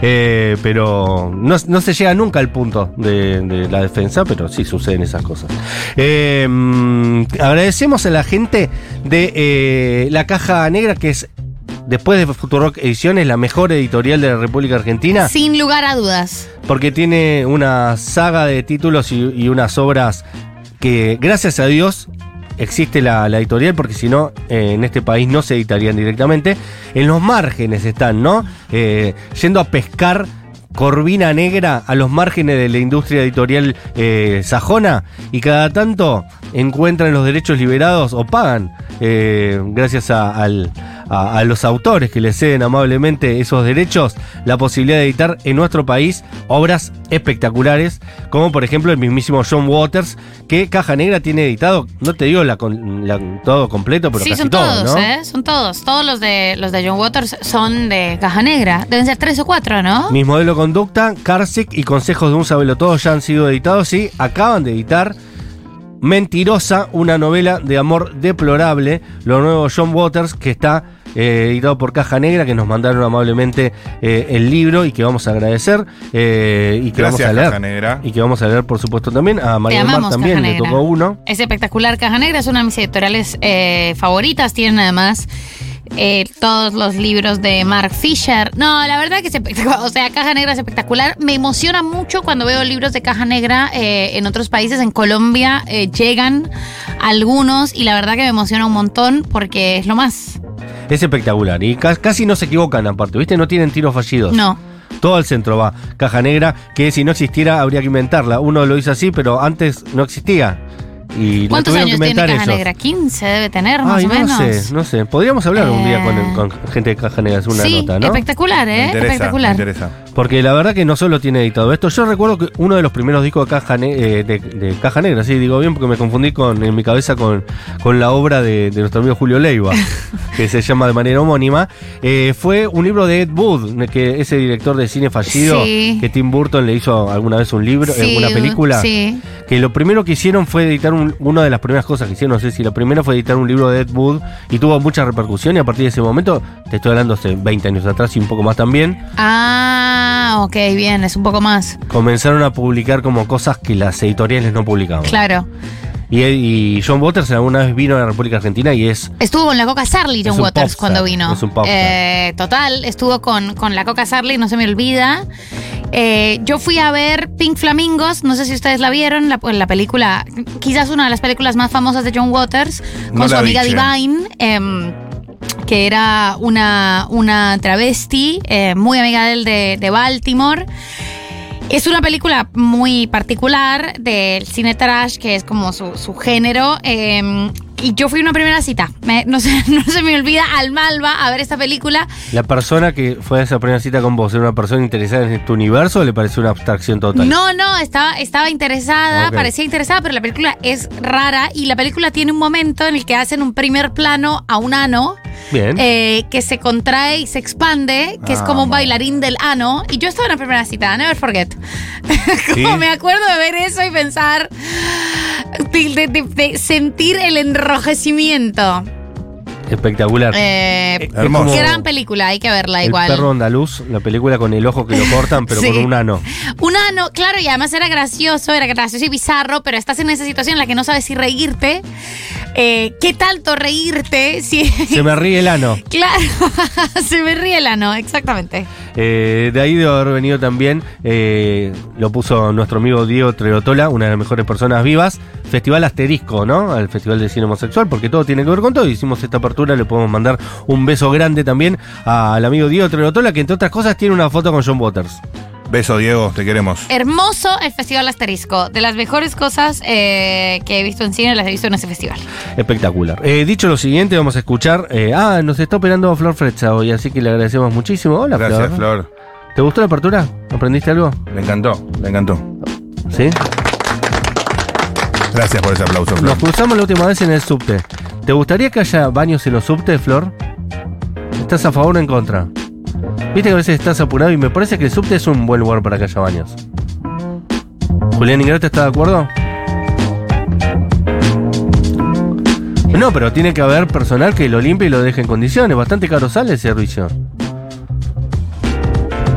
Speaker 3: Eh, pero no, no se llega nunca al punto de, de la defensa, pero sí suceden esas cosas. Eh, mm, agradecemos a la gente de eh, la Caja Negra, que es, después de Futurock Ediciones, la mejor editorial de la República Argentina.
Speaker 2: Sin lugar a dudas.
Speaker 3: Porque tiene una saga de títulos y, y unas obras que, gracias a Dios, existe la, la editorial, porque si no, eh, en este país no se editarían directamente. En los márgenes están, ¿no? Eh, yendo a pescar corvina negra a los márgenes de la industria editorial eh, sajona y cada tanto encuentran los derechos liberados o pagan eh, gracias a, al- a- a los autores que les ceden amablemente esos derechos la posibilidad de editar en nuestro país obras espectaculares como por ejemplo el mismísimo John Waters que Caja Negra tiene editado no te digo la, con- la- todo completo pero
Speaker 2: sí,
Speaker 3: casi
Speaker 2: son
Speaker 3: todo,
Speaker 2: todos,
Speaker 3: ¿no?
Speaker 2: ¿eh? Son todos. Todos los de los de John Waters son de caja negra. Deben ser tres o cuatro, ¿no?
Speaker 3: Mis modelo de conducta, Karsic y consejos de un sabelotodo ya han sido editados y acaban de editar Mentirosa, una novela de amor deplorable, lo nuevo John Waters, que está eh, editado por Caja Negra, que nos mandaron amablemente eh, el libro y que vamos a agradecer eh, y que
Speaker 1: Gracias,
Speaker 3: vamos a leer. ¿Eh?
Speaker 1: Caja Negra.
Speaker 3: Y que vamos a leer, por supuesto, también. A María del Mar
Speaker 2: amamos,
Speaker 3: también
Speaker 2: Caja
Speaker 3: le
Speaker 2: Negra.
Speaker 3: tocó uno.
Speaker 2: Es espectacular. Caja Negra es una de mis editoriales eh, favoritas. Tienen además eh, todos los libros de Mark Fisher. No, la verdad que es espectacular. O sea, Caja Negra es espectacular. Me emociona mucho cuando veo libros de Caja Negra eh, en otros países. En Colombia eh, llegan algunos y la verdad que me emociona un montón porque es lo más.
Speaker 3: Es espectacular. Y ca- casi no se equivocan, aparte, ¿viste? No tienen tiros fallidos.
Speaker 2: No.
Speaker 3: Todo al centro va. Caja negra, que si no existiera habría que inventarla. Uno lo hizo así, pero antes no existía. Y lo
Speaker 2: ¿Cuántos
Speaker 3: tuvieron que
Speaker 2: años tiene
Speaker 3: inventar
Speaker 2: Caja
Speaker 3: ellos.
Speaker 2: Negra? 15 debe tener, más
Speaker 3: Ay,
Speaker 2: o
Speaker 3: no
Speaker 2: menos. Eh,
Speaker 3: sé, no sé. Podríamos hablar un día con, con gente de Caja Negra, es una
Speaker 2: sí,
Speaker 3: nota, ¿no?
Speaker 2: espectacular, ¿eh? espectacular.
Speaker 3: Porque la verdad que no solo tiene editado esto. Yo recuerdo que uno de los primeros discos de Caja, Ne- eh, de, de Caja Negra, sí, digo bien porque me confundí con, en mi cabeza con, con la obra de, de nuestro amigo
Speaker 2: *laughs*
Speaker 3: Julio Leiva, que se llama de manera homónima. Eh, fue un libro de Ed Wood, que ese director de cine fallido,
Speaker 2: Sí.
Speaker 3: que Tim Burton le hizo alguna vez un libro, eh,
Speaker 2: Sí,
Speaker 3: una película.
Speaker 2: Sí.
Speaker 3: Que lo primero que hicieron fue editar un- una de las primeras cosas que hicieron, no sé si la primera fue editar un libro de Ed Wood y tuvo mucha repercusión y a partir de ese momento, te estoy hablando hace 20 años atrás y un poco más también,
Speaker 2: Ah, ok, bien, es un poco más.
Speaker 3: comenzaron a publicar como cosas que las editoriales no publicaban.
Speaker 2: Claro.
Speaker 3: Y, y John Waters alguna vez vino a la República Argentina y es...
Speaker 2: Estuvo con la Coca Sarli
Speaker 3: Es
Speaker 2: John
Speaker 3: un
Speaker 2: Waters
Speaker 3: popstar,
Speaker 2: cuando vino.
Speaker 3: es un popstar.
Speaker 2: Eh, total, estuvo con, con la Coca Sarli, no se me olvida. Eh, yo fui a ver Pink Flamingos, no sé si ustedes la vieron, la, la película, quizás una de las películas más famosas de John Waters, con
Speaker 15: No
Speaker 2: su
Speaker 15: la
Speaker 2: amiga
Speaker 15: vi, che.
Speaker 2: Divine. em, que era una, una travesti, eh, muy amiga de él de, de Baltimore. Es una película muy particular del cine trash, que es como su, su género. eh, y yo fui a una primera cita. Me- no, se, *laughs* no se me olvida al Malva a ver esta película.
Speaker 3: La persona que fue a esa primera cita con vos, ¿era una persona interesada en tu universo o le pareció una abstracción total?
Speaker 2: No, no, estaba, estaba interesada,
Speaker 3: Ok.
Speaker 2: parecía interesada, pero la película es rara y la película tiene un momento en el que hacen un primer plano a un ano.
Speaker 3: Bien.
Speaker 2: eh, que se contrae y se expande, que es como un
Speaker 3: Vamos.
Speaker 2: bailarín del ano. Y yo estaba en la primera cita, never forget.
Speaker 3: Sí.
Speaker 2: como *laughs* me acuerdo de ver eso y pensar, de, de- de- de sentir el enrojecimiento.
Speaker 3: Espectacular.
Speaker 2: Eh,
Speaker 3: Es como
Speaker 2: Gran película, hay que verla
Speaker 3: El
Speaker 2: igual.
Speaker 3: perro andaluz, la película con el ojo que lo cortan,
Speaker 2: *laughs*
Speaker 3: pero
Speaker 2: Sí.
Speaker 3: con un ano.
Speaker 2: Un ano, claro, y además era gracioso, era gracioso y bizarro, pero estás en esa situación en la que no sabes si reírte. Eh, ¿Qué tanto reírte? *laughs* Si,
Speaker 3: Se me ríe el ano.
Speaker 2: Claro, *laughs* se me ríe el ano, exactamente.
Speaker 3: Eh, de ahí de haber venido también, eh, lo puso nuestro amigo Diego Treotola, una de las mejores personas vivas, Festival Asterisco, ¿no? Al Festival de Cine Homosexual, porque todo tiene que ver con todo. Hicimos esta apertura, le podemos mandar un beso grande también al amigo Diego Treotola, que entre otras cosas tiene una foto con John Waters.
Speaker 1: Beso, Diego, te queremos.
Speaker 2: Eh, Hermoso el Festival Asterisco. De las mejores cosas eh, que he visto en cine, las he visto en ese festival.
Speaker 3: Espectacular. Eh, dicho lo siguiente, vamos a escuchar. eh, ah, nos está operando Flor Frecha hoy, así que le agradecemos muchísimo. Hola,
Speaker 1: Gracias,
Speaker 3: Flor.
Speaker 1: Flor.
Speaker 3: ¿Te gustó la apertura? ¿Aprendiste algo?
Speaker 1: Le encantó, le encantó.
Speaker 3: ¿Sí?
Speaker 1: Gracias por ese aplauso, Flor.
Speaker 3: Nos cruzamos la última vez en el subte. ¿Te gustaría que haya baños en los subtes, Flor? ¿Estás a favor o en contra? Viste que a veces estás apurado y me parece que el subte es un buen lugar para que haya baños. ¿Julián Ingrato está de acuerdo? No, pero tiene que haber personal que lo limpie y lo deje en condiciones. Bastante caro sale el servicio.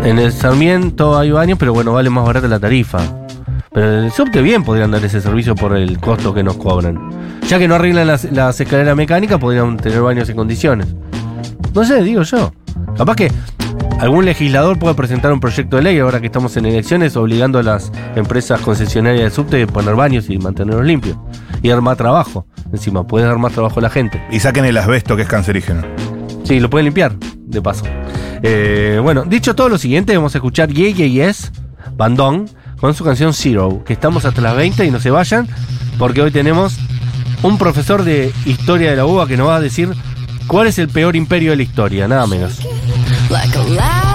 Speaker 3: En el Sarmiento hay baños, pero bueno, vale más barata la tarifa. Pero en el subte bien podrían dar ese servicio por el costo que nos cobran. Ya que no arreglan las, las escaleras mecánicas, podrían tener baños en condiciones. No sé, digo yo. Capaz que algún legislador puede presentar un proyecto de ley ahora que estamos en elecciones obligando a las empresas concesionarias de subte a poner baños y mantenerlos limpios. Y dar más trabajo. Encima, puedes dar más trabajo a la gente.
Speaker 1: Y saquen el asbesto que es cancerígeno.
Speaker 3: Sí, lo pueden limpiar, de paso. Eh, bueno, dicho todo lo siguiente, vamos a escuchar Ye Ye Yes, Bandón, con su canción Zero, que estamos hasta las 20 y no se vayan, porque hoy tenemos un profesor de historia de la UBA que nos va a decir cuál es el peor imperio de la historia, nada menos.
Speaker 21: like a loud